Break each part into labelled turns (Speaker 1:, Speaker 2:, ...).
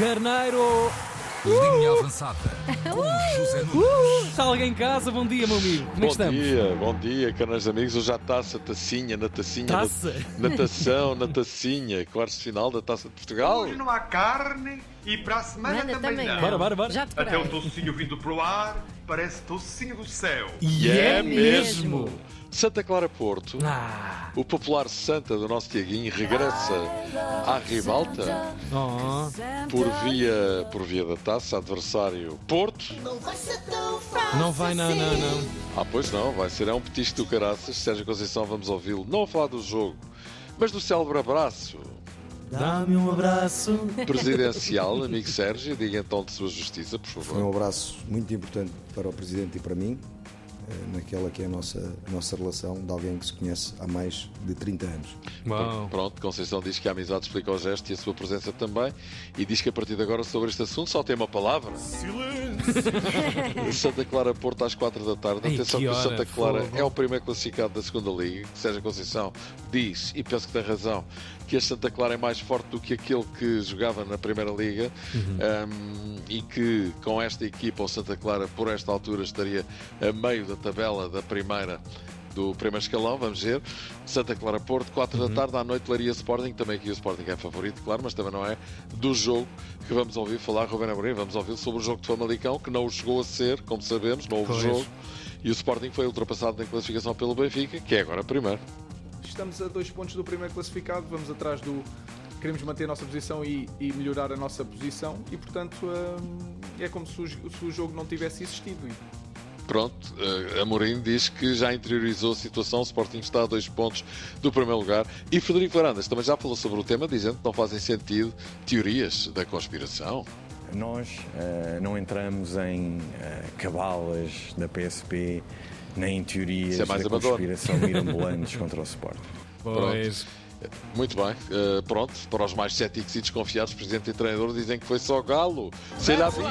Speaker 1: Carneiro!
Speaker 2: Linha avançada com José Nunes.
Speaker 1: Está alguém em casa? Bom dia, meu amigo. Como é
Speaker 3: Bom
Speaker 1: que estamos?
Speaker 3: dia, bom dia, caros amigos. Hoje há taça, tacinha, na tacinha,
Speaker 1: Taça?
Speaker 3: Na, natação, na tacinha, quartos de final da taça de Portugal.
Speaker 4: Hoje não há carne e para a semana
Speaker 5: Nada
Speaker 4: também,
Speaker 5: também
Speaker 4: não.
Speaker 1: Bora, bora, bora.
Speaker 5: Já
Speaker 4: Até o
Speaker 5: decorei.
Speaker 4: tocinho vindo pro ar parece tocinho do céu.
Speaker 1: E
Speaker 3: é
Speaker 5: mesmo.
Speaker 3: Santa Clara Porto,
Speaker 1: Ah,
Speaker 3: o popular Santa do nosso Tiaguinho, regressa à ribalta
Speaker 1: oh.
Speaker 3: por via, por via da taça, adversário Porto.
Speaker 1: Não vai, não, não, não.
Speaker 3: Ah, pois não, vai ser é um petisco do caraças. Sérgio Conceição, vamos ouvi-lo, não a falar do jogo, mas do célebre abraço.
Speaker 1: Dá-me um abraço.
Speaker 3: presidencial, amigo Sérgio, diga então de sua justiça, por
Speaker 6: Foi um
Speaker 3: favor.
Speaker 6: abraço muito importante para o Presidente e para mim, eh, naquela que é a nossa, a nossa relação de alguém que se conhece há mais de 30 anos.
Speaker 1: Uau.
Speaker 3: Pronto, Conceição diz que a amizade explica o gesto e a sua presença também e diz que a partir de agora sobre este assunto só tem uma palavra. Silêncio! Santa Clara Porto às 4 da tarde.
Speaker 1: Ei,
Speaker 3: Atenção
Speaker 1: que
Speaker 3: que o
Speaker 1: hora,
Speaker 3: Santa Clara
Speaker 1: fogo.
Speaker 3: é o primeiro classificado da segunda Liga. Que Sérgio Conceição diz, e penso que tem razão, que este Santa Clara é mais forte do que aquele que jogava na Primeira Liga Ahm, e que com esta equipa o Santa Clara por esta altura estaria a meio da tabela da primeira do primeiro escalão, vamos ver. Santa Clara Porto, 4 da tarde à noite, Laria Sporting, também aqui o Sporting é favorito, claro, mas também não é do jogo que vamos ouvir falar, Ruben Amorim, vamos ouvir sobre o jogo de Famalicão, que não o chegou a ser, como sabemos, não houve
Speaker 1: Pois.
Speaker 3: jogo. E o Sporting foi ultrapassado na classificação pelo Benfica, que é agora primeiro.
Speaker 7: Estamos a dois pontos do primeiro classificado, vamos atrás do. Queremos manter a nossa posição e, e melhorar a nossa posição, e portanto hum, é como se o, jo- se o jogo não é? tivesse existido. E
Speaker 3: Pronto, eh, Amorim diz que já interiorizou a situação, o Sporting está a dois pontos do primeiro lugar. E Frederico Varandas também já falou sobre o tema, dizendo que não fazem sentido teorias da conspiração.
Speaker 8: Nós eh, não entramos em eh, cabalas da PSP, nem em teorias
Speaker 3: Isso é mais
Speaker 8: da
Speaker 3: amador.
Speaker 8: conspiração mirambulantes contra o Sport.
Speaker 1: Pois.
Speaker 3: Muito bem, eh, pronto. Para os mais céticos e desconfiados, presidente e treinador dizem que foi só galo. Sei lá, vinho.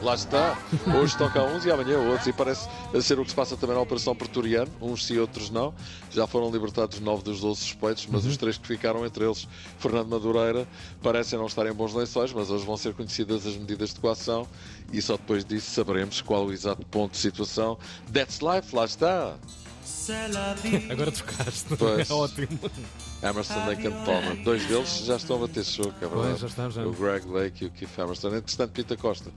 Speaker 3: Lá está. Hoje toca a uns e amanhã a outros. E parece a ser o que se passa também na Operação Pretoriano. Uns sim, outros não. Já foram libertados nove dos 12 suspeitos, mas os três que ficaram entre eles, Fernando Madureira, parecem não estar em bons lençóis, mas hoje vão ser conhecidas as medidas de coação e só depois disso saberemos qual o exato ponto de situação. That's life, lá está.
Speaker 1: Agora trocaste.
Speaker 3: Pois.
Speaker 1: É ótimo.
Speaker 3: Emerson Lake and Palmer. Dois deles já estão a bater choco, é verdade.
Speaker 1: já estão, já.
Speaker 3: O Greg Lake e o Keith Emerson. Entretanto, Pita Costa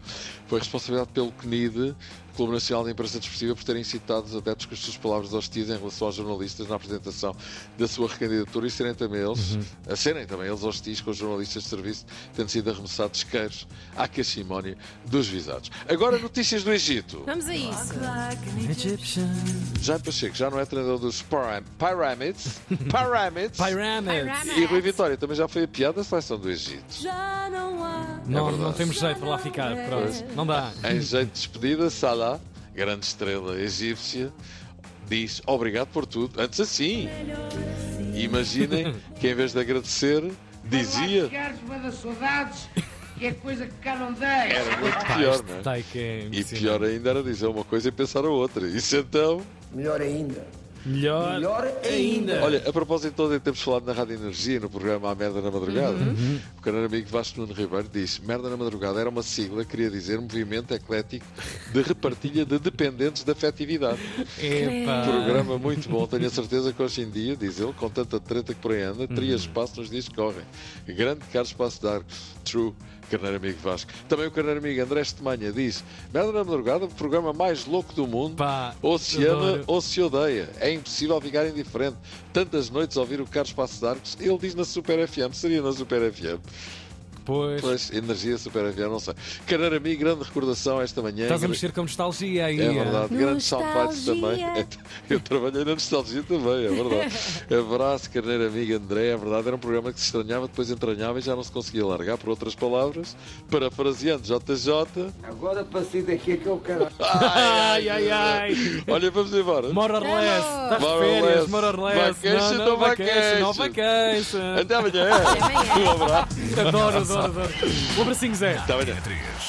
Speaker 3: foi responsabilidade pelo CNID, Clube Nacional de Imprensa Desportiva, por terem incitado os adeptos com as suas palavras hostis em relação aos jornalistas na apresentação da sua recandidatura e serem também eles,
Speaker 1: Uhum.
Speaker 3: a serem também eles hostis com os jornalistas de serviço, tendo sido arremessados queiros à cachimónia dos visados. Agora, notícias do Egito.
Speaker 5: Vamos a isso.
Speaker 3: Jaime Pacheco já não é treinador dos Pyram- Pyramids. Pyramids.
Speaker 1: Pyramids.
Speaker 3: E Rui Vitória também já foi a piada da seleção do Egito.
Speaker 5: Já não há.
Speaker 1: Não,
Speaker 3: É verdade.
Speaker 1: não temos jeito para lá ficar. Pronto. Não dá.
Speaker 3: Em jeito de despedida, Salah, grande estrela egípcia, diz obrigado por tudo. Antes assim, imaginem que em vez de agradecer, dizia
Speaker 9: da saudades, que é coisa que cá não dei.
Speaker 3: era muito
Speaker 1: Pá,
Speaker 3: pior,
Speaker 1: este
Speaker 3: não é?
Speaker 1: take é
Speaker 3: E
Speaker 1: impressionante.
Speaker 3: pior ainda era dizer uma coisa e pensar a outra. Isso então.
Speaker 9: Melhor ainda.
Speaker 1: Melhor.
Speaker 9: Melhor ainda.
Speaker 3: Olha, a propósito de ontem temos falado na Rádio Energia, no programa A Merda na Madrugada, o canal amigo Vasco Nuno Ribeiro disse Merda na Madrugada era uma sigla, queria dizer Movimento Eclético de Repartilha de Dependentes da Afetividade.
Speaker 1: Epá.
Speaker 3: Programa muito bom, tenho a certeza que hoje em dia, diz ele, com tanta treta que por aí anda,
Speaker 1: Uhum.
Speaker 3: teria espaço nos dias que correm. Grande Carlos Passo de Arco, true. Carneiro Amigo Vasco. Também o Carneiro Amigo André Estemanha diz: Merda na madrugada, o programa mais louco do mundo.
Speaker 1: Pá,
Speaker 3: ou se ama
Speaker 1: adoro.
Speaker 3: ou se odeia. É impossível ficar indiferente. Tantas noites a ouvir o Carlos Passo de Arcos, ele diz na Super FM. Seria na Super FM.
Speaker 1: Pois.
Speaker 3: Pois, energia Super FM, não sei. Carneiro Amigo, grande recordação esta manhã.
Speaker 1: Estás a
Speaker 3: Gra-
Speaker 1: mexer com nostalgia aí.
Speaker 3: é
Speaker 1: ah.
Speaker 3: verdade, grandes soundbites também.
Speaker 5: Nostalgia.
Speaker 3: Eu trabalhei na nostalgia também, é verdade. Abraço, carneiro amigo André, é verdade, era um programa que se estranhava, depois entranhava e já não se conseguia largar, por outras palavras, parafraseando JJ.
Speaker 9: Agora passei daqui é que eu quero.
Speaker 1: Ai, ai, ai.
Speaker 3: Olha, vamos embora.
Speaker 1: More or less. Estás de
Speaker 3: More or
Speaker 1: férias,
Speaker 3: less.
Speaker 1: more or less.
Speaker 3: Vacation,
Speaker 1: não, não
Speaker 3: não
Speaker 1: vacation, não
Speaker 3: vacation.
Speaker 1: vacation.
Speaker 5: É
Speaker 3: Até amanhã.
Speaker 5: Até amanhã.
Speaker 3: Um abraço.
Speaker 1: Adoro, adoro, adoro. Um abracinho, Zé.
Speaker 3: Até amanhã.
Speaker 2: Três.